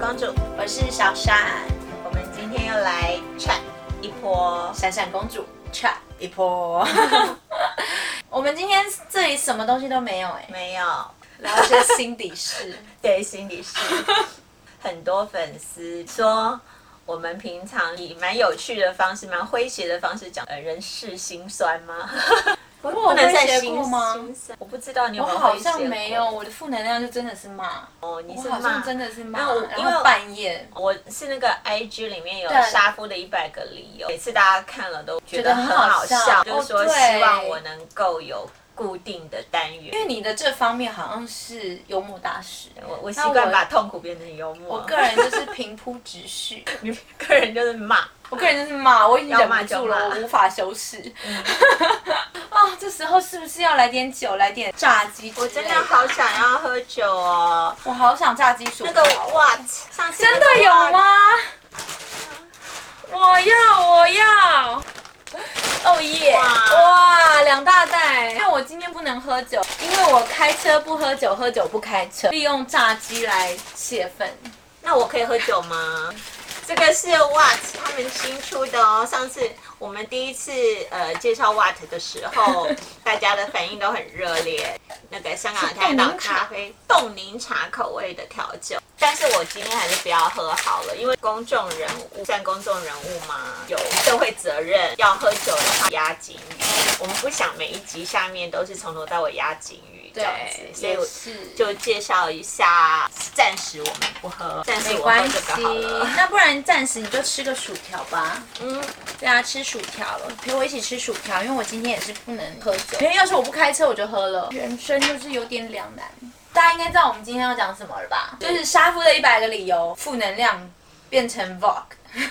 公主，我是小闪，我们今天又来 chat 一波闪闪公主，chat 一波， 我们今天这里什么东西都没有哎、没有聊一些心底事。对心理师，很多粉丝说我们平常以蛮有趣的方式、蛮诙谐的方式讲呃人世辛酸 吗？不不过能算学辛过吗？辛酸我 不知 道你有我没有好诙像谐没过有，我的负能量就真的是骂，哦，你我是好骂像真的是骂那我，然因为后我半夜我是那个 IG 里面有对杀夫的一百个理由，每次大家看了都觉觉得得很很好好笑笑，哦就是说对希望我能够有固定的单元。因为你的这方面好像是幽默大师，我我习那惯我把痛苦变成幽默，我个人就是平铺直叙， 你个人就是骂，我个人就是骂，我已经要忍骂不就住骂 了，我无法修饰。嗯 啊，这时候是不是要来点酒，来点炸鸡？我真的好，想要喝酒哦。我好想炸鸡薯条。那个 what 上次真的有？吗？我要，我要。哦耶！哇哇，两大袋。但我今天不能喝酒，因为我开车不喝酒，喝酒不开车，利用炸鸡来泄愤。那我可以喝酒吗？这个是 What 他们新出的哦。上次我们第一次呃介绍 What 的时 候，大家的反应都很热烈。那个香港的太是冻岛柠茶咖啡冻柠茶口味的调酒，但是我今天还是不要喝好了，因为公众人物算公众人物嘛，有社会责任，要喝酒的话压金鱼。我们不想每一集下面都是从头到尾压金鱼这样子，所以也我是。就介绍一下，暂时我们不喝，暂时没我关喝系这个好了。，那不然暂时你就吃个薯条吧。嗯，对啊，吃薯条了，陪我一起吃薯条，因为我今天也是不能喝酒。因为要是我不开车，我就喝了。人生就是有点两难。大家应该知道我们今天要讲什么了吧？就是杀夫的一百个理由，负能量变成 vlog。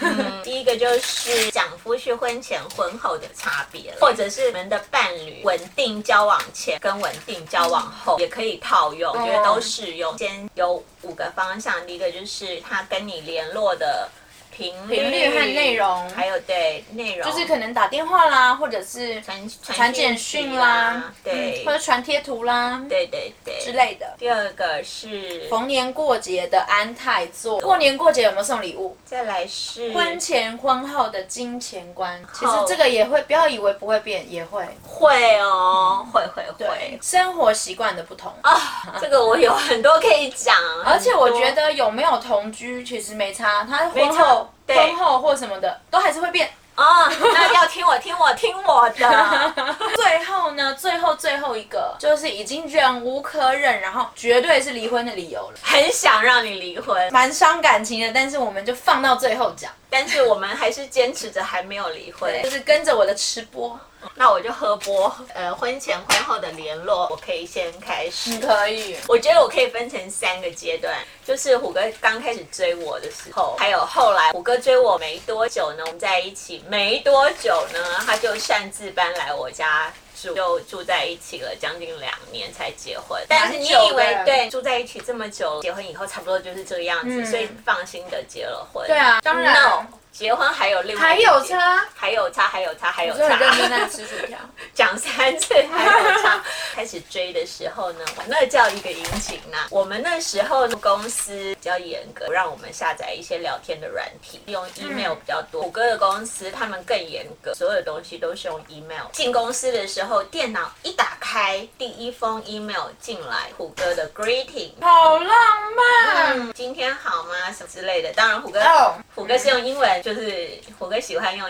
嗯第一个就是讲夫婿婚前婚后的差别了，或者是你们的伴侣稳定交往前跟稳定交往后也可以套用，啊我觉得都适用。先有五个方向，第一个就是他跟你联络的频率、频率和内容还有对内容，嗯就是可能打电话啦，或者是传传传啊简讯啦，对嗯或者传贴图啦对对对之。类的。第二个是，逢年过节的安泰座，过年过节有没有送礼物？再来是婚前婚后的金钱观，其实这个也会，不要以为不会变，也会。会哦，会会会生活习惯的不同，啊， 这个我有很多可以讲，而且我很多觉得有没有同居其实没差，他没婚差后对婚后或什么的都还是会变。啊，那要听我听我听我 的，最后呢，最后最后一个就是已经忍无可忍，然后绝对是离婚的理由了，很想让你离婚，蛮伤感情的。但是我们就放到最后讲，但是我们还是坚持着还没有离婚对，。就是跟着我的吃播，那我就喝波，呃，婚前婚后的联络，我可以先开始。你可以。我觉得我可以分成三个阶段，就是虎哥刚开始追我的时候，还有后来虎哥追我没多久呢，我们在一起没多久呢，他就擅自搬来我家。住就住在一起了，将近两年才结婚。但是你以蛮久为的对住在一起这么久，结婚以后差不多就是这个样子，所以放心的结了嗯婚。对啊当然 No，结婚还有另外还一个有阶差，还有差，还有差，还有就很认真差。在吃薯条。讲三次还有唱。开始追的时候呢，我那叫一个殷勤啊。我们那时候呢公司比较严格，让我们下载一些聊天的软体，用 email 比较多。谷歌的公司他们更严格，所有东西都是用 email。进公司的时候，电脑一打开，第一封 email 进来，谷歌的 greeting。好浪漫。嗯，今天好吗？什么之类的。当然，虎哥哦虎哥是用英文，就是虎哥喜欢用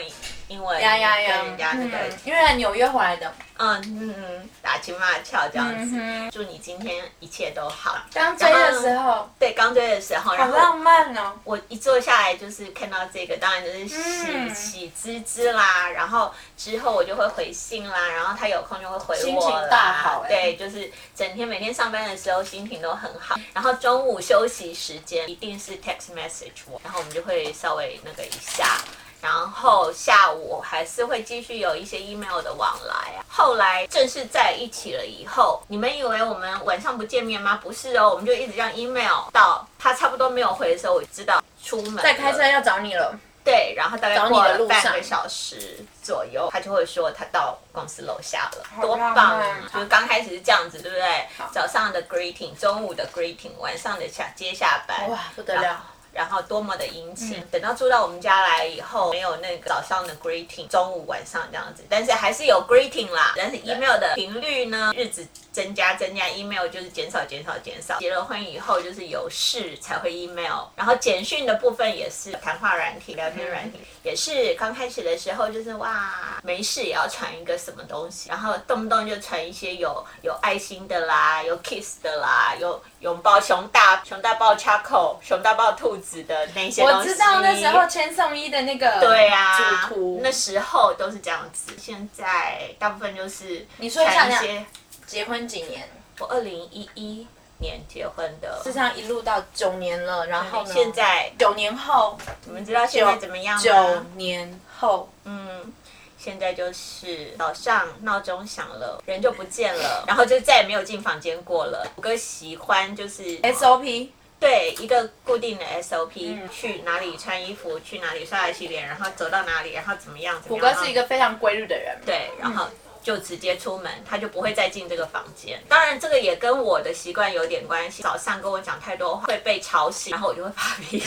英文呀呀呀跟人家那个嗯因为纽约回来的，嗯嗯嗯，打情骂俏这样子。嗯哼祝你今天一切都好。刚追的时候，对，刚追的时候，好然后浪漫哦。我一坐下来就是看到这个，当然就是喜嗯喜滋滋啦。然后之后我就会回信啦，然后他有空就会回心我情啦。大好欸对，就是整天每天上班的时候心情都很好，然后中午休息时间一定是 text message 我，然后我们就会稍微那个一下。然后下午还是会继续有一些 email 的往来啊。后来正式在一起了以后，你们以为我们晚上不见面吗？不是哦，我们就一直这样 email 到他差不多没有回的时候，我知道出门在开车了要找你了，对，然后大概找你过的了路半上个小时左右，他就会说他到公司楼下了，好多浪棒！啊漫就是刚开始是这样子，对不对好？早上的 greeting，中午的 greeting，晚上的下接下班，哇，不得了！然后多么的殷勤。等到住到我们家来以后，没有那个早上的 greeting，中午晚上这样子，但是还是有 greeting 啦。但是 email 的频率呢，日子增加增加，email 就是减少减少减少。结了婚以后就是有事才会 email，然后简讯的部分也是谈话软体、聊天软体，也是刚开始的时候就是哇，没事也要传一个什么东西，然后动不动就传一些有有爱心的啦，有 kiss 的啦，有拥抱熊大熊大抱 Chaco 熊大抱兔子的那些东我西。知道那时候千颂伊的那个对啊主图，，那时候都是这样子。现在大部分就是你说一下传那一样些。结婚几年，我二零一一年结婚的，就这样一路到九年了，然后呢？现在九年后，你们知道现在怎么样九吗？年后，嗯，现在就是早上闹钟响了，人就不见了， 然后就再也没有进房间过了。我哥喜欢就是嗯 SOP 对一个固定的 SOP，、去嗯哪里穿衣服，去哪里刷牙洗脸，然后走到哪里，然后怎么样怎么虎样。哥是一个非常规律的人，对，然嗯后就直接出门，他就不会再进这个房间。当然，这个也跟我的习惯有点关系。早上跟我讲太多话会被吵醒，然后我就会发 脾气。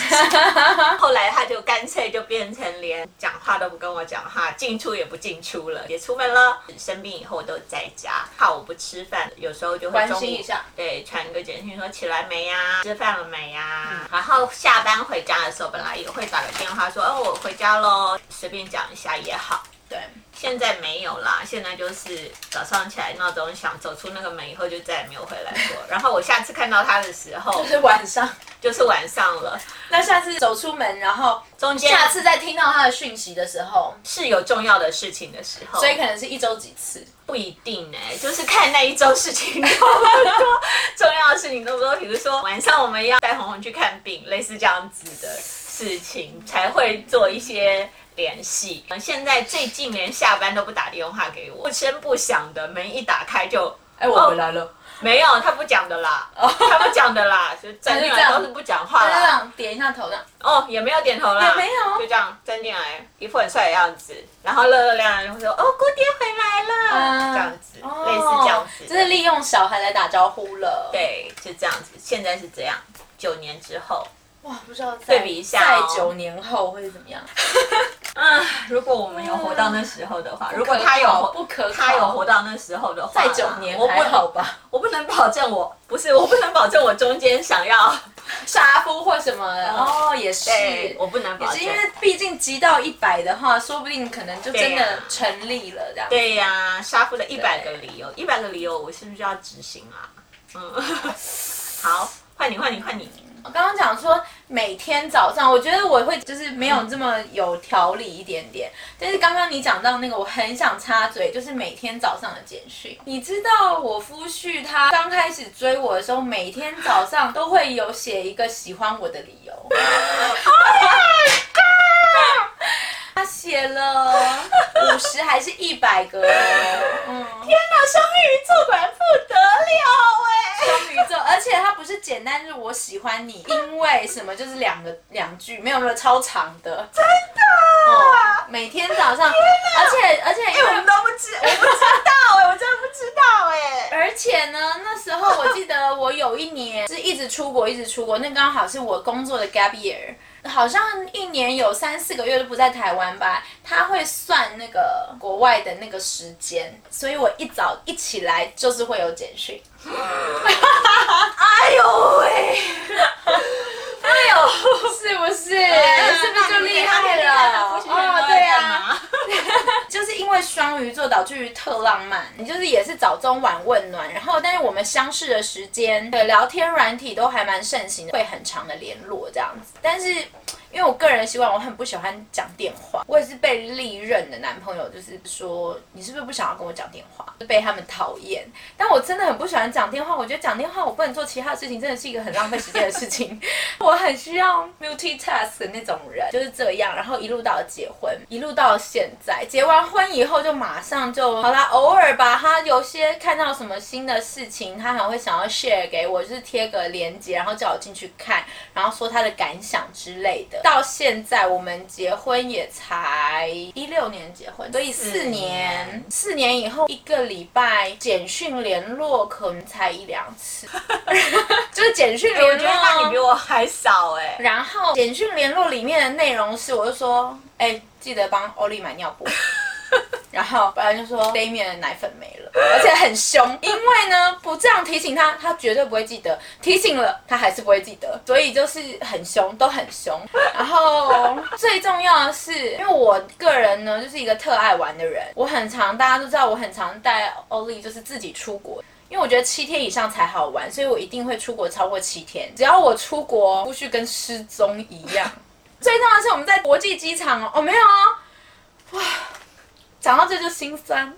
后来他就干脆就变成连讲话都不跟我讲话，进出也不进出了，也出门了。生病以后我都在家，怕我不吃饭，有时候就会关中午心一下对，传个简讯说起来没呀、吃饭了没呀、嗯然后下班回家的时候，本来也会打个电话说，哦，我回家喽，随便讲一下也好。对，现在没有啦，现在就是早上起来闹钟响，走出那个门以后就再也没有回来过。然后我下次看到他的时候就是晚上。 就是晚上了，那下次走出门，然后中间下次再听到他的讯息的时候，是有重要的事情的时候，所以可能是一周几次。不一定哎、就是看那一周事情多不多，重要的事情多不多，比如说晚上我们要带红红去看病，类似这样子的事情才会做一些。联系，嗯现在最近连下班都不打电话给我，不声不响的门一打开就哎、我回来了，没有，他不讲的啦，他不讲的啦，哦 就站进来都是不讲话他就这啦。样点一下头，这样哦，也没有点头啦，也没有就这样站进来，一副很帅的样子，然后乐乐亮亮就说：“哦，姑爹回来了。啊这样子，哦类似这样子，就是利用小孩来打招呼了。，对，就这样子。现在是这样，九年之后，哇，不知道对比一下哦在九年后会怎么样？嗯，如果我们有活到那时候的话，如果不可他有考活不可他有考活到那时候的话啦，在九年我不还好吧？我不能保证我不是，我不能保证我中间想要，杀夫或什么？哦，也是。对，我不能也保是证因。为毕竟集到一百的话，说不定可能就真对呀的成立了这样。对呀、杀夫的一百个理由，一百个理由，我是不是就要执行啊？嗯， 好，换你，换你，换你。我刚刚讲说每天早上，我觉得我会就是没有这么有条理一点点。但是刚刚你讲到那个，我很想插嘴，就是每天早上的简讯。你知道我夫婿他刚开始追我的时候，每天早上都会有写一个喜欢我的理由。 他写了五十还是一百个哦？嗯，天哪，双鱼座果然不得了哎、双鱼座，而且它不是简单，就是我喜欢你，因为什么，就是两个两句，没有没有超长的，真的、哦啊每天早上，而且而且因哎我为们都不知，我不知道哎、我真的不知道哎、 而且呢，那时候我记得我有一年是一直出国，一直出国，那刚好是我工作的 gap year，好像一年有三四个月都不在台湾吧。他会算那个国外的那个时间，所以我一早一起来就是会有简讯。哎呦喂、哎呦，是不是？是是不不哎是是就就厉厉害害了了？？哦，对对呀、啊，就是因为双鱼座导致于特浪漫，你就是也是早中晚问暖，然后但是我们相识的时间，对聊天软体都还蛮盛行的，会很长的联络这样子，但是。因为我个人习惯，我很不喜欢讲电话。我也是被历任的男朋友，就是说你是不是不想要跟我讲电话，就被他们讨厌。但我真的很不喜欢讲电话，我觉得讲电话我不能做其他的事情，真的是一个很浪费时间的事情。 我很需要 multitask 的那种人，就是这样。然后一路到结婚，一路到现在，结完婚以后就马上就好啦，偶尔吧，他有些看到什么新的事情，他还会想要 share 给我，就是贴个链接，然后叫我进去看，然后说他的感想之类的。的。到现在我们结婚也才一六年结婚，所以四嗯年，四年以后一个礼拜简讯联络可能才一两 次，就是简讯联哎我络。觉得那你比我还少哎、然后简讯联络里面的内容是，我就说，哎、记得帮欧丽买尿布。然后本来就说 Damian 的奶粉没了，而且很凶，因为呢不这样提醒他，他绝对不会记得；提醒了，他还是不会记得，所以就是很凶，都很凶。然后最重要的是，因为我个人呢就是一个特爱玩的人，我很常大家都知道，我很常带欧丽就是自己出国，因为我觉得七天以上才好玩，所以我一定会出国超过七天。只要我出国，出去跟失踪一样。 最重要的是我们在国际机场哦，哦没有哦，哇，讲到这就心酸。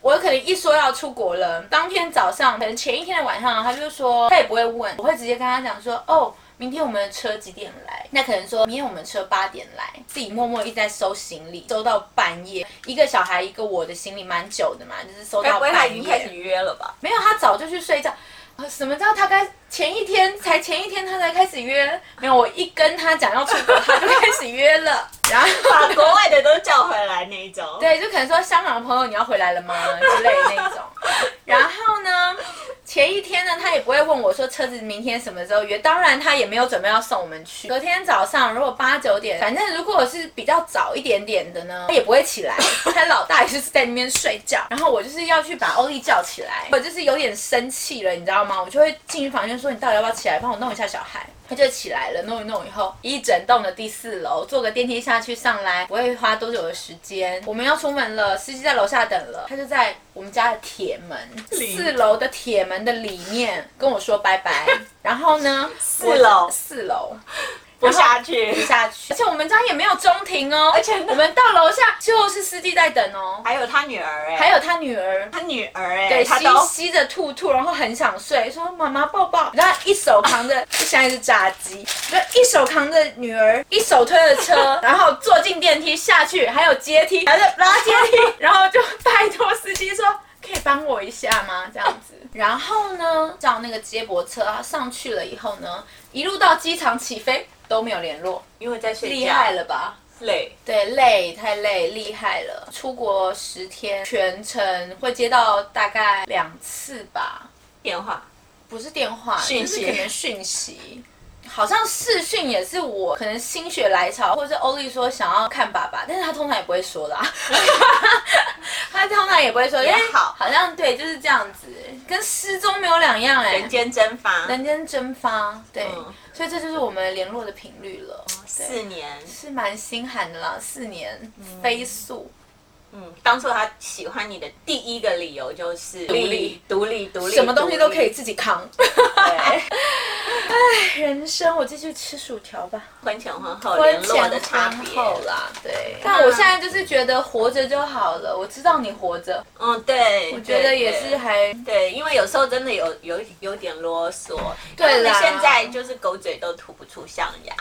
我可能一说要出国了，当天早上，可能前一天的晚上，他就说他也不会问，我会直接跟他讲说，哦，明天我们的车几点来？那可能说明天我们车八点来，自己默默一直在收行李，收到半夜，一个小孩一个我的行李蛮久的嘛，就是收该到哎不会半夜。他已经开始约了 吧？没有，他早就去睡觉。呃什么叫他该前一天才前一天他才开始约？没有，我一跟他讲要出国，他就开始约了。 然后把国外的都叫回来那一种。对，就可能说香港的朋友你要回来了吗之类的那种。然后呢，前一天呢，他也不会问我说车子明天什么时候约，当然他也没有准备要送我们去。隔天早上如果八九点，反正如果是比较早一点点的呢，他也不会起来，他老大也就是在那边睡觉。然后我就是要去把欧丽叫起来，我就是有点生气了，你知道吗？我就会进去房间说你到底要不要起来，帮我弄一下小孩。他就起来了，弄一弄以后，一整栋的第四楼，坐个电梯下去上来，不会花多久的时间。我们要出门了，司机在楼下等了，他就在我们家的铁门，里四楼的铁门的里面跟我说拜拜。然后呢，四楼四楼不下去。下去，而且我们家也没有中庭哦，而且呢我们到楼下就是司机在等哦， 还有他女儿哎、还有他女儿。他女儿哎、对，他吸都吸着兔兔，然后很想睡，说妈妈抱抱，然后一手扛着，就像一只炸鸡，就一手扛着女儿，一手推着车，然后坐进电梯下去，还有阶梯，还在拉阶梯，然后就拜托司机说。可以帮我一下吗？这样子，然后呢，叫那个接驳车啊，上去了以后呢，一路到机场起飞都没有联络，因为在睡觉，厉害了吧？累。对，累太累，厉害了。出国十天，全程会接到大概两次吧，电话不是电话，讯息就是可能讯息。好像视讯也是我可能心血来潮，或者是欧丽说想要看爸爸，但是他通常也不会说 啦，他通常也不会说，因为也好好像对就是这样子，跟失踪没有两样哎、人间蒸发，人间蒸发，对，嗯哦所以这就是我们联络的频率了，对四年。是蛮心寒的啦，四年飞速。嗯，当初他喜欢你的第一个理由就是独立立，独立，独立，什么东西都可以独自己扛。立。对人生，我继续吃薯条 吧。 婚前婚后联络的差婚别前。后啦，对。啊但我现在就是觉得活着就好了，我知道你活着，嗯，对，我觉得对也对是还对，因为有时候真的有有有点啰嗦，对啦那现在就是狗嘴都吐不出象牙，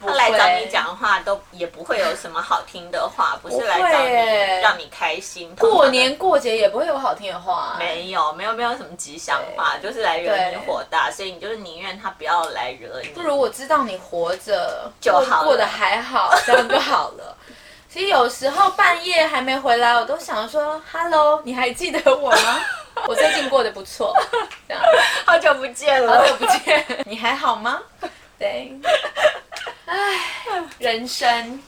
他会来找你讲话都也不会有什么好听的话，不是来不找会耶你让你开心。过年过节也不会有好听的话、没有没有没有什么吉祥话，就是来惹对你火大，所以你就是宁愿他不要来惹你。不不如我知道你活着就过好了过得还好，这样就好 了。其实有时候半夜还没回来，我都想说：“Hello，你还记得我吗？我最近过得不错。”这样。好久不见好了，哦久不见，你还好 吗？对，唉，人生，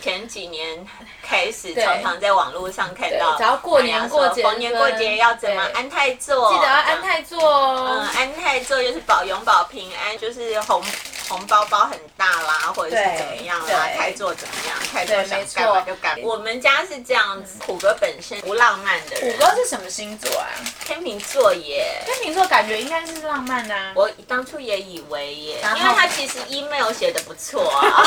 前几年开始对常常在网络上看对到，只要过年过节逢年过节要怎么对安泰座，记得要安泰座嗯，哦。安泰座就是保永保平安，就是红红包包很大啦，或者是对怎么样啦，对开座怎么样，开对座想干嘛没错就干嘛。我们家是这样子，虎哥本身不浪漫的虎人，哥是什么星座啊？天秤座耶。天秤座感觉应该是浪漫啊。我当初也以为耶，然后因为他其实 email 写的不 错啊，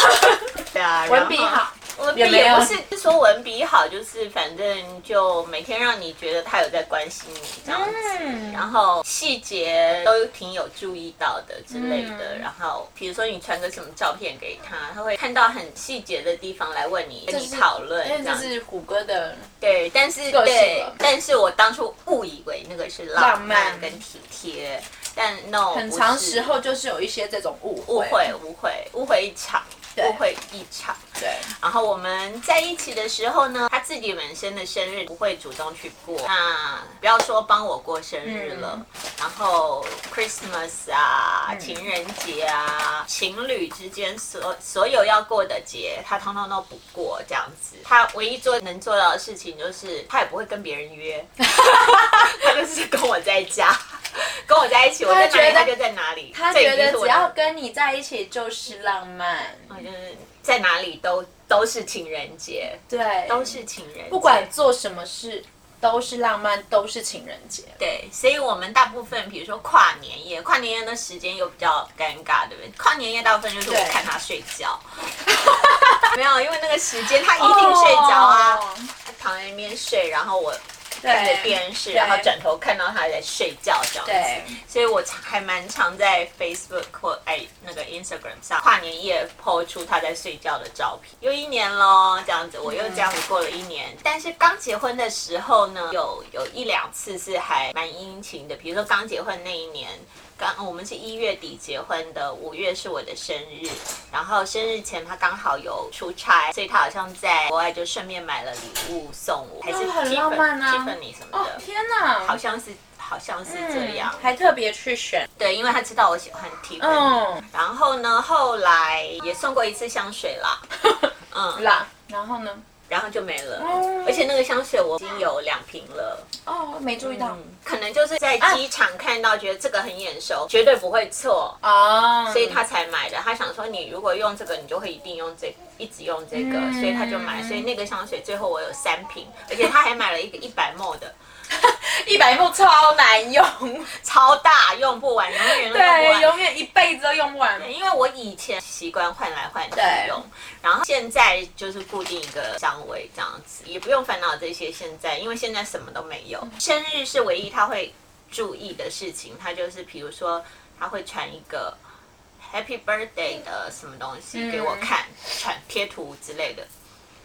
对啊，文笔然后好，文笔也没也有不是是说文笔好，就是反正就每天让你觉得他有在关心你这样子，嗯然后细节都挺有注意到的之类的。嗯然后比如说你传个什么照片给他，他会看到很细节的地方来问你，跟你是讨论因为这这样子。是虎哥的，嗯对，但是个性对了，但是我当初误以为那个是浪浪漫漫跟体贴，但 no，很哦不长是时候就是有一些这种误误会。会误会误会一场。对误会一场。对，然后我们在一起的时候呢，他自己本身的生日不会主动去过，那不要说帮我过生日了，嗯然后 Christmas 啊、情人节啊、情侣之间所所有要过的节，他通通都不过这样子。他唯一做能做到的事情就是，他也不会跟别 人约，他就是跟我在家， 跟我在一起，我在哪他觉里得他就在哪里。他这已觉经得是我只的嗯要跟你在一起就是浪漫，就是在哪里都都是情人节，对，都是情人节，不管做什么事都是浪漫，都是情人节。对，所以我们大部分比如说跨年夜，跨年夜的时间又比较尴尬，对不对？跨年夜大部分就是我对看他睡觉， 没有，因为那个时间他一定睡着啊，哦他躺在那边睡，然后我看着对，电视，对然后转头看到他在睡觉这样子对。所以我常还蛮常在 Facebook 或哎那个 Instagram 上跨年夜 PO 出他在睡觉的照片。又一年喽，这样子我又这样子过了一年。但是刚结婚的时候呢，有有一两次是还蛮殷勤的，比如说刚结婚那一年。刚我们是一月底结婚的，五月是我的生日，然后生日前他刚好有出差，所以他好像在国外就顺便买了礼物送我，还是那很浪漫啊 Tiffany 什么哦的，天哪，好像是好像是这样嗯，还特别去选，对，因为他知道我喜欢 Tiffany，、嗯，然后呢，后来也送过一次香水 啦，嗯，啦，然后呢？然后就没了，哦而且那个香水我已经有两瓶了，哦，没注意到嗯，可能就是在机场看到，觉得这个很眼啊熟，绝对不会错。哦，所以他才买的，他想说你如果用这个，你就会一定用这，一直用这个，嗯所以他就买。所以那个香水最后我有三瓶，而且他还买了一个一百 ml 的，一百目超难 用，超大，用不完，永远都用不完对，。永远一辈子都用不完。因为我以前习惯换来换去对用，然后现在就是固定一个香味这样子，也不用烦恼这些。现在因为现在什么都没有，生日是唯一他会注意的事情，他就是比如说他会传一个 Happy Birthday 的什么东西给我看，传贴图之类的。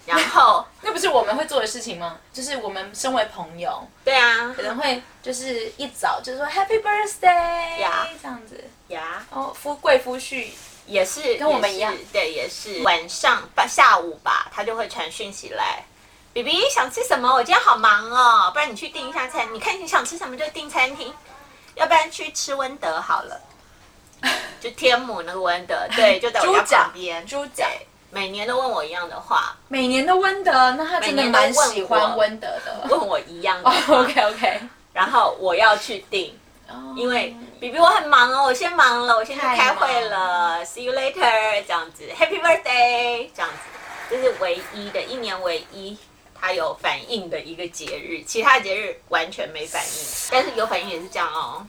然后，那不是我们会做的事情吗？就是我们身为朋友，对啊，可能会就是一早就说 Happy Birthday 呀这样子，呀，哦，夫贵夫婿也是跟我们一样也是对，也是晚上吧，下午吧，他就会传讯息来。B B 想吃什么？我今天好忙哦，不然你去订一下餐。你看你想吃什么就订餐厅，要不然去吃温德好 了，就天母那个温德，对，就在我猪家脚旁边。猪脚，对每年都问我一样 的话，每年都温德，那他真的蛮喜欢温德的。 问我一样的话哦 OK OK，然后我要去订，哦因为 B B 我很忙哦，我先忙了，我先去太开忙会了，See you later，这样子，Happy birthday，这样子，这是唯一的一年唯一它有反应的一个节日，其他的节日完全没反应，但是有反应也是这样哦，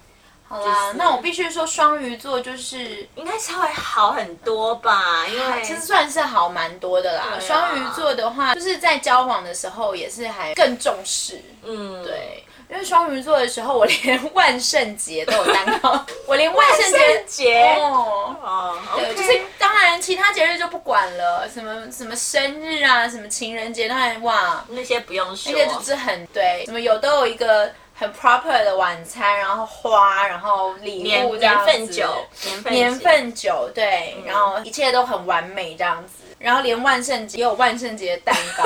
好啦就，是那我必须说双鱼座就是。应该稍微好很多吧，因为啊嗯其实算是好蛮多的啦。对啊双鱼座的话，就是在交往的时候也是还更重视，嗯，对，因为双鱼座的时候，我连万圣节都有蛋 糕，我连万圣节圣节哦。哦对， ，OK，就是当然，其他节日就不管了，什么什么生日啊，什么情人节，当然哇，那些不用说那，些就是很对，什么有都有一个很 proper 的晚餐，然后花，然后礼年物这样年子份酒，年份年酒份酒，对，嗯然后一切都很完美这样子，然后连万圣节也有万圣节蛋 糕，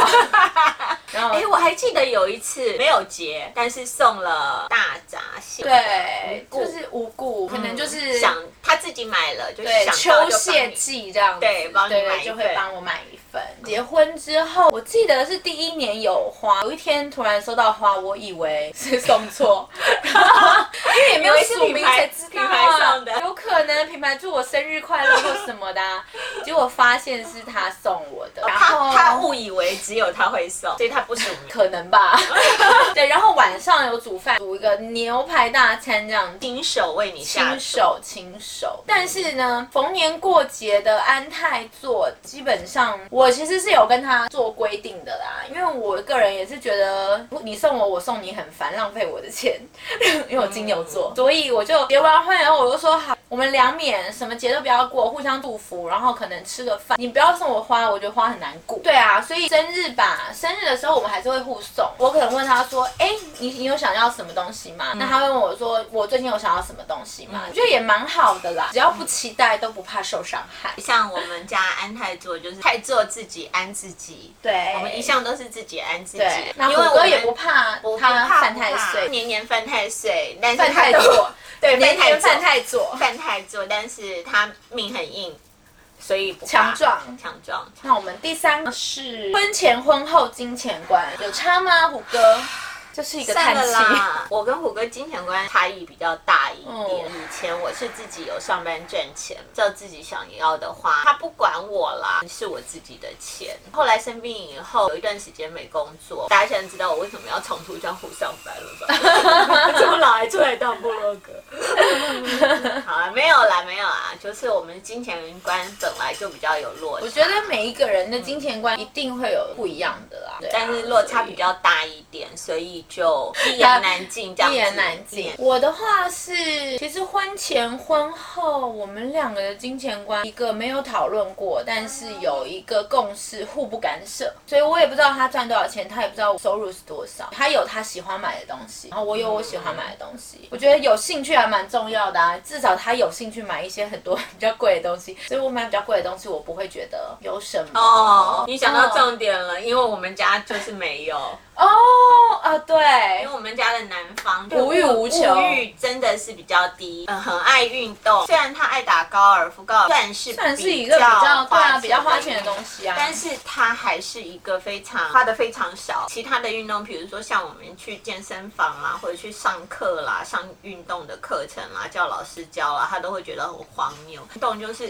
然后哎、我还记得有一次没有结，但是送了大闸蟹，对，无辜嗯就是无故，可能就是想他自己买了，就是对想到秋就帮蟹你季这样子，对帮你对买一就会份帮我买一份。结婚之后，我记得是第一年有花，有一天突然收到花，我以为是送 错，然后因为也没有以为是署品名牌才知道品牌啊送的，有可能品牌祝我生日快乐或什么的 啊、结果发现是他送我的，然他他后。误以为只有他会送，所以他不署名。可能吧， 对，然后晚上有煮饭，煮一个牛排大餐这样子亲手为你下亲厨，手亲手。但是呢，逢年过节的安泰座，基本上我其实是有跟他做规定的啦，因为我个人也是觉得你送我，我送 你很烦，浪费我的钱，因为我金牛座，所以我就结完婚然后我就说好，我们们两免，什么节都不要过，互相祝福，然后可能吃个饭。你不要送我花，我觉得花很难过。对啊，所以生日吧，生日的时候我们还是会互送。我可能问他说，哎，你你有想要什么东西吗？那他会问我说，我最近有想要什么东西吗？我觉得也蛮好的啦，只要不期待都不怕受伤害。像我们家安泰做就是太做自己安自己，对，我们一向都是自己安自己，对，那因为虎我哥们也不怕不他不怕犯不太怕岁，年年犯太岁，但是犯太他都左，对， 年年年年犯犯太左，犯太做，但是他命很硬，所以不怕强壮。强壮。那我们第三个是婚前婚后金钱观有差吗？虎哥，这是一个算叹了气。 啦，我跟虎哥金钱观差异比较大一点。嗯以前我是自己有上班赚钱，照自己想要的花，他不管我啦，是我自己的钱。后来生病以后，有一段时间没工作，大家现在知道我为什么要长途江湖上班了吧？ 这么老还出来当部落格。 好了，没有啦，没有啦，就是我们金钱观本来就比较有落差，我觉得每一个人的金钱观一定会有不一样的啦，对啊但是落差比较大一点，所以就一言难尽，这样一子嗯言难一尽言。我的话是，其实婚前婚后我们两个的金钱观，一个没有讨论过，但是有一个共识，互不干涉。所以我也不知道他赚多少钱，他也不知道我收入是多少。他有他喜欢买的东西，然后我有我喜欢买的东西。我觉得有兴趣还蛮重要的啊，至少他有兴趣买一些很多比较贵的东西。所以我买比较贵的东西，我不会觉得有什么。哦，你想到哦重点了，因为我们家就是没有，哦啊，对 因为我们家的男方无欲无求物欲真的是比较低，嗯，很爱运动，虽然他爱打高尔夫，高尔夫算是算是一个比较对啊比较花钱的东西。西啊。但是他还是一个非常花的非常少，其他的运动，比如说像我们去健身房啦，或者去上课啦，上运动的课程啦，叫老师教啊啦，他都会觉得很荒谬。运动就是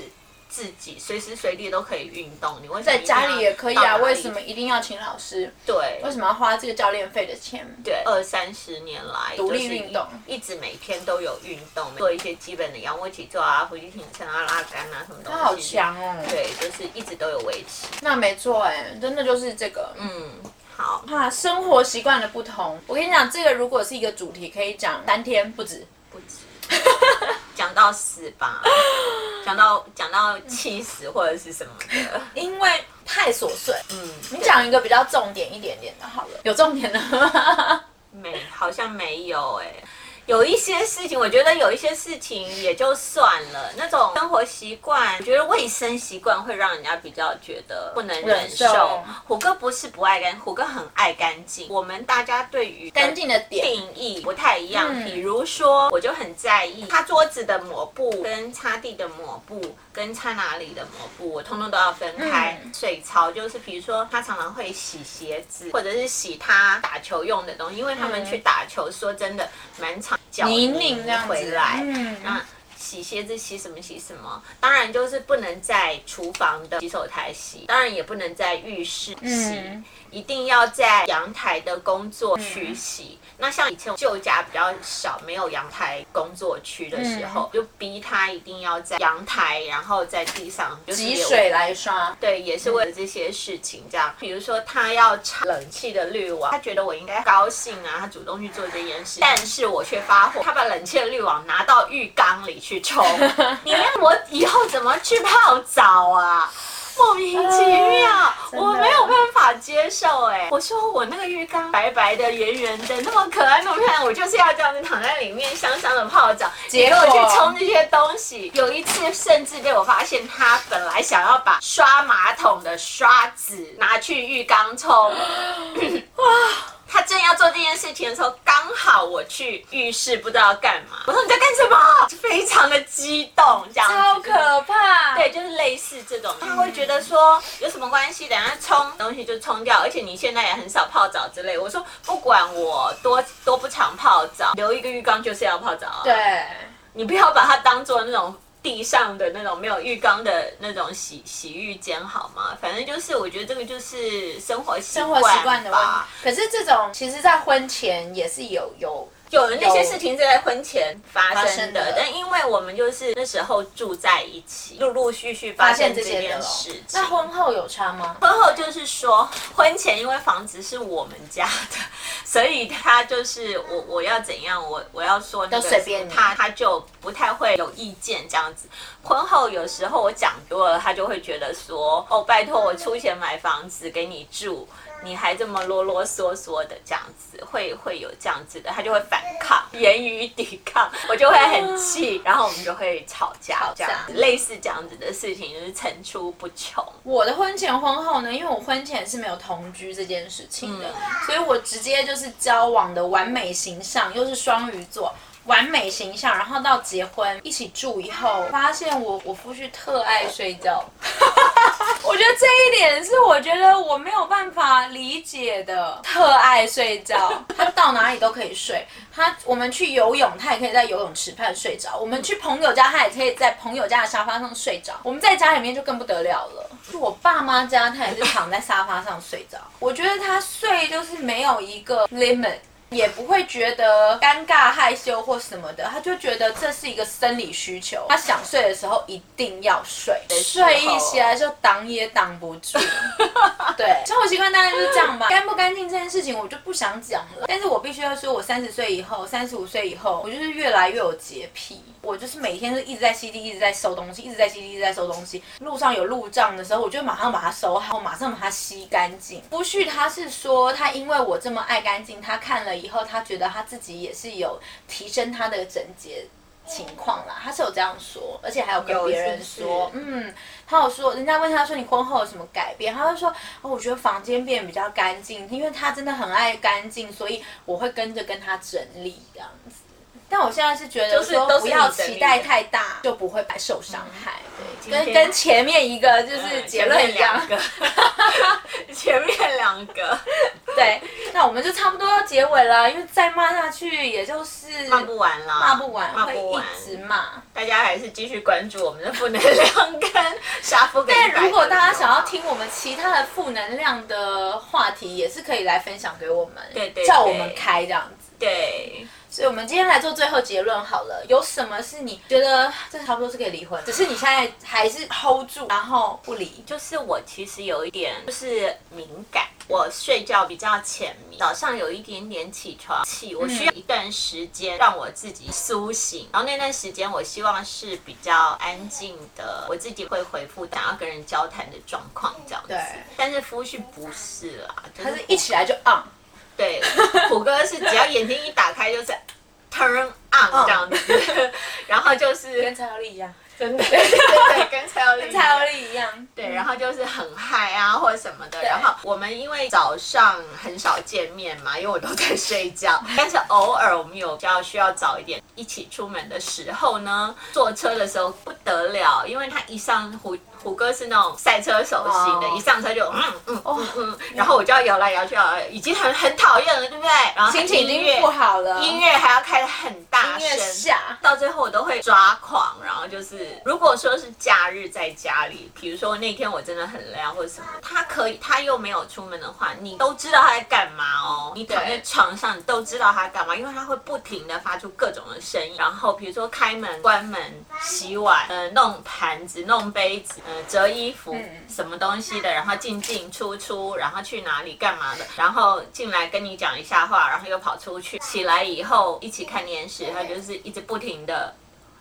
自己随时随地都可以运动，你为什么在一定要家里也可以到哪啊，里为什么一定要请老师？对？为什么要花这个教练费的钱？对，二三十年来独立就是运动一，一直每天都有运动，做一些基本的仰卧起坐啊、伏地挺身啊、拉杆啊什么东西。他好！强哦。对，就是一直都有维持。那没错哎、真的就是这个。嗯。嗯，好，啊，生活习惯的不同，我跟你讲，这个如果是一个主题，可以讲三天不止。不止 讲到死吧，讲到讲到气死或者是什么的，因为太琐碎。嗯，你讲一个比较重点一点点的好了，有重点的 吗？没好像没有哎、有一些事情，我觉得有一些事情也就算了。那种生活习惯，我觉得卫生习惯会让人家比较觉得不能忍受。忍受虎哥不是不爱干，虎哥很爱干净。我们大家对于干净的点，定义不太一样。嗯比如说，我就很在意擦桌子的抹布、跟擦地的抹布、跟擦哪里的抹布，我通通都要分开。嗯水槽就是，比如说他常常会洗鞋子，或者是洗他打球用的东西，因为他们嗯去打球，说真的蛮常脚泥泥泞这样子回来，嗯那洗鞋子洗什么洗什么，当然就是不能在厨房的洗手台洗，当然也不能在浴室洗，嗯一定要在阳台的工作区洗。嗯那像以前我旧家比较少，没有阳台工作区的时候，嗯就逼他一定要在阳台，然后在地上就是挤有水来刷。对，也是为了这些事情这样。比如说他要插冷气的滤网，他觉得我应该高兴啊，他主动去做这件事，但是我却发火，他把冷气的滤网拿到浴缸里 去冲，你让我以后怎么去泡澡啊？莫名其妙，啊真的我没有办法接受哎、我说我那个浴缸白白的、圆圆的，那么可爱、那么漂亮，我就是要这样子躺在里面香香的泡澡，结给我果去冲这些东西。有一次甚至被我发现，他本来想要把刷马桶的刷子拿去浴缸冲， 哇！他正要做这件事情的时候，刚好我去浴室，不知道干嘛。我说你在干什么？非常的激动，这样子超可怕！对，就是类似这种，他会觉得说有什么关系，等下冲东西就冲掉，而且你现在也很少泡澡之类。我说不管我多多不常泡澡，留一个浴缸就是要泡澡啊，对，你不要把它当做那种。地上的那种没有浴缸的那种洗洗浴间好吗？反正就是，我觉得这个就是生活习生惯活习惯的问题吧。。可是这种其实，在婚前也是有有有的那些事情是在婚前发发生生的的，但因为我们就是那时候住在一起，陆陆续续发发现现这这些件的事情。那婚后有差吗？婚后就是说，婚前因为房子是我们家的，所以他就是我我要怎样，我我要说那个都随便你他他就不太会有意见这样子。婚后有时候我讲多了，他就会觉得说，哦，拜托我出钱买房子给你住，你还这么啰啰嗦嗦的这样子，会会有这样子的，他就会反抗，言语抵抗，我就会很气，然后我们就会吵架，这架样子类似这样子的事情就是层出不穷。我的婚前婚后呢，因为我婚前是没有同居这件事情的，所以我直接就是交往的完美形象，又是双鱼座。完美形象，然后到结婚一起住以后，发现我我夫婿特爱睡觉，我觉得这一点是我觉得我没有办法理解的，特爱睡觉，他到哪里都可以睡。他我们去游泳，他也可以在游泳池畔睡着；我们去朋友家，他也可以在朋友家的沙发上睡着。我们在家里面就更不得了了。就我爸妈家，他也是躺在沙发上睡着。我觉得他睡就是没有一个 limit。也不会觉得尴尬、害羞或什么的，他就觉得这是一个生理需求，他想睡的时候一定要睡，时候睡一些就挡也挡不住。对，生活习惯大概就是这样吧。干不干净这件事情，我就不想讲了。但是我必须要说，我三十岁以后，三十五岁以后，我就是越来越有洁癖。我就是每天都一直在吸地，一直在收东西，一直在吸地，一直在收东西。路上有路障的时候，我就马上把它收好，马上把它吸干净。夫婿他是说，他因为我这么爱干净，他看了以后，他觉得他自己也是有提升他的整洁情况啦，他是有这样说，而且还有跟有别人是不是说，嗯，他有说，人家问他说你婚后有什么改变，他就说，哦，我觉得房间变比较干净，因为他真的很爱干净，所以我会跟着跟他整理这样子。但我现在是觉得就是说都是不你要整理期待的嗯太大，就不会受伤害。今对，天跟跟前面一个就是嗯结论一样。前面两个， 前面两个对，那我们就差不多要结尾了，因为再骂下去也就是骂不完啦，骂不完，骂会不完。一直骂。大家还是继续关注我们的负能量跟杀夫跟。但如果大家想要，听我们其他的负能量的话题，也是可以来分享给我们，对对叫我们开这样子。对，所以，我们今天来做最后结论好了。有什么是你觉得这差不多是可以离婚，只是你现在还是 hold 住，然后不离，就是我其实有一点就是敏感，我睡觉比较浅眠，早上有一点点起床气，我嗯需要一段时间让我自己苏醒，然后那段时间我希望是比较安静的，我自己会回复想要跟人交谈的状况这样子对。但是夫婿不是啦，就还是是一起来就 on？对，虎哥是只要眼睛一打开就是 turn on 这样嗯子， 然后就是蔡小丽一样，真的对 对跟蔡友丽跟蔡小丽一样，对，对然后就是很嗨啊或者什么的，然后我们因为早上很少见面嘛，因为我都在睡觉，但是偶尔我们有比较需要早一点一起出门的时候呢，坐车的时候不得了，因为他一上虎虎哥是那种赛车手型的，哦一上车就嗯嗯哦，嗯，然后我就要摇来摇去，摇来摇去已经很很讨厌了，对不对？然后心情已音经乐不好了，音乐还要开的很大音乐声。下，到最后我都会抓狂，然后就是如果说是假日在家里，比如说那天我真的很累啊或者什么，他可以他又没有出门的话，你都知道他在干嘛哦。你躺在对床上，你都知道他干嘛，因为他会不停的发出各种的声音，然后比如说开门、关门、洗碗，呃，弄盘子、弄杯子，呃，折衣服，嗯什么东西的，然后进进出出，然后去哪里干嘛的，然后进来跟你讲一下话，然后又跑出去，起来以后一起看电视，他就是一直不停的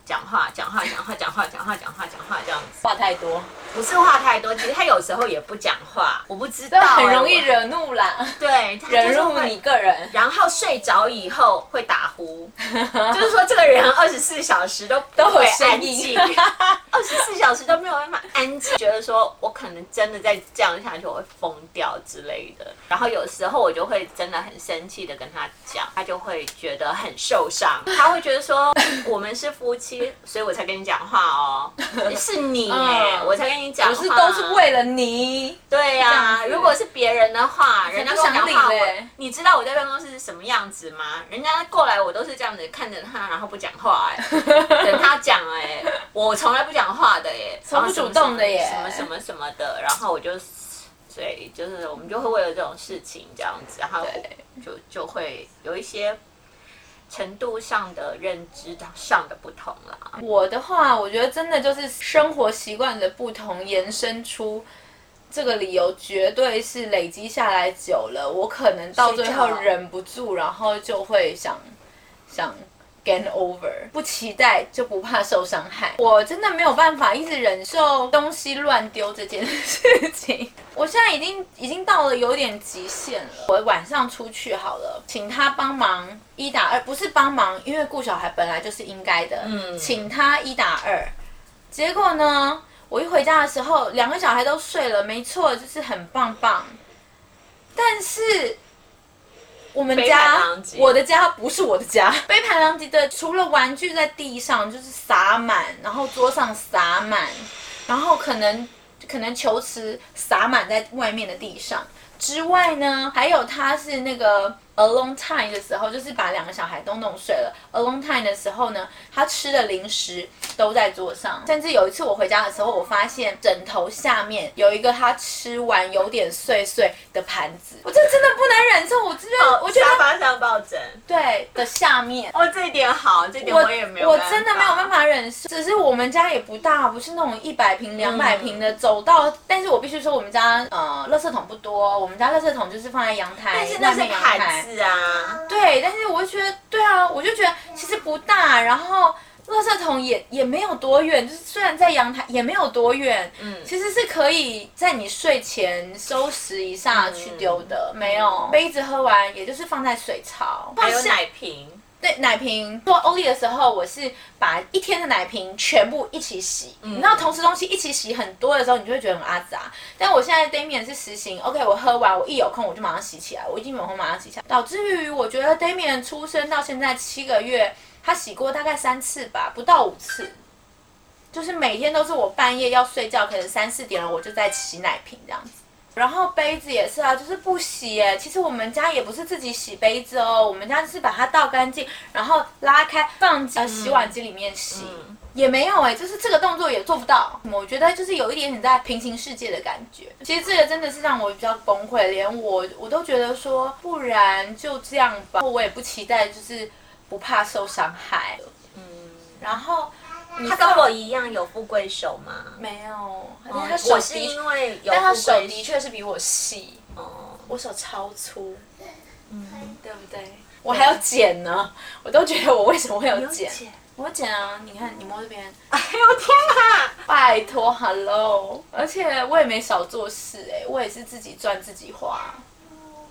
讲话，讲话，讲话，讲话，讲话，讲话，讲话这样子，话太多，不是话太多，其实他有时候也不讲话，我不知道这欸、很容易我惹怒啦，对他就是惹怒会你个人。然后睡着以后会打呼， 就是说这个人二十四小时 都不会安静， 二十四小时都没有办法安静，觉得说我可能真的再这样下去我会疯掉之类的。然后有时候我就会真的很生气的跟他讲，他就会觉得很受伤，他会觉得说我们是夫妻，所以我才跟你讲话哦，是你耶、嗯我才跟你讲我话，是都啊是为了你，对呀、这样子如果是别人的话，人家跟我讲不话，想理我嘞你知道我在办公室是什么样子吗？人家过来，我都是这样子看着他，然后不讲话、哎， 等他讲，哎，我从来不讲话的耶，从不主动的耶什么什么什么的，然后我就，所以就是我们就会为了这种事情这样子，然后对就就会有一些程度上的认知上的不同啦。我的话，我觉得真的就是生活习惯的不同延伸出这个理由，绝对是累积下来久了，我可能到最睡后着忍不住，然后就会想想 get over，不期待就不怕受伤害。我真的没有办法一直忍受东西乱丢这件事情， 我现在已经已经到了有点极限了。我晚上出去好了，请他帮忙一打二，不是帮忙，因为顾小孩本来就是应该的，嗯请他一打二。结果呢，我一回家的时候，两个小孩都睡了，没错，就是很棒棒。但是我们杯盘家狼藉，我的家不是我的家，杯盘狼藉的，除了玩具在地上就是撒满，然后桌上撒满，然后可能可能球池洒满在外面的地上之外呢，还有他是那个 alone time 的时候，就是把两个小孩都弄睡了。alone time 的时候呢，他吃的零食都在桌上，甚至有一次我回家的时候，我发现枕头下面有一个他吃完有点碎碎的盘子，我这真的不能忍受，我真的、我觉哦沙得发上抱枕，对的下面。哦，这一点好，这一点我也没有，我真的没有办。法忍受。只是我们家也不大，不是那种一百平、两百平嗯的，走到。但是我必须说，我们家呃，垃圾桶不多，我们家垃圾桶就是放在阳台，但是那是外面阳毯台。子啊，对，但是我就觉得，对啊，我就觉得其实不大，然后。垃圾桶也也没有多远，就是虽然在阳台也没有多远，嗯，其实是可以在你睡前收拾一下嗯去丢的。没有杯子喝完，也就是放在水槽，还有放下奶瓶，对奶瓶做欧丽的时候，我是把一天的奶瓶全部一起洗。你知道同时东西一起洗很多的时候，你就会觉得很阿杂。但我现在 Damian 是实行 OK，我喝完我一有空我就马上洗起来，我一有空马上洗起来，导致于我觉得 Damian 出生到现在七个月，他洗过大概三次吧，不到五次。就是每天都是我半夜要睡觉，可能三四点了，我就在洗奶瓶这样子。然后杯子也是啊，就是不洗耶。其实我们家也不是自己洗杯子哦，我们家是把它倒干净，然后拉开放呃洗碗机里面洗，嗯也没有哎，就是这个动作也做不到。我觉得就是有一点点在平行世界的感觉。其实这个真的是让我比较崩溃，连我我都觉得说，不然就这样吧。我也不期待，就是不怕受伤害。然后你他知道跟我一样有富贵手吗？没有，但哦是他手我是的确因为有但他富手贵的确是比我细，哦，我手超粗，嗯，对不对？我还要剪呢，我都觉得我为什么会有剪？我剪啊，你看你摸这边，哎呦天哪！拜托，hello！而且我也没少做事哎、我也是自己赚自己花，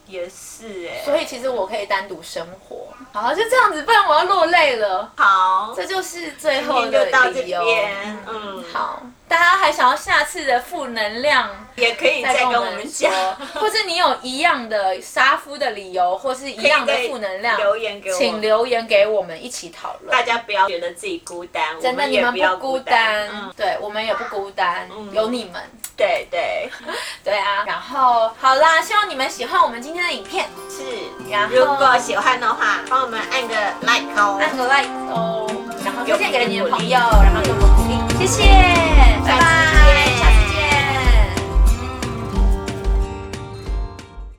也是哎、所以其实我可以单独生活。好，就这样子，不然我要落泪了。好，这就是最今后天就的到这理由。边，嗯，好，大家还想要下次的负能量？也可以再再跟跟我我们们讲讲，， 或是你有一样的杀夫的理由，或是一样的负能量，留言给我，请留言给我们一起讨大论。家不要觉得自己孤单，真的，我们你也们不要孤单，嗯，对我们也不孤单，有你们，对对，对啊。然后好啦，希望你们喜欢我们今天的影片，是。然后嗯如果喜欢的话，帮我们按个 like 哦，按个 like 哦，然后推荐给你的朋友，然后给我们鼓励，谢谢，拜下拜次见。。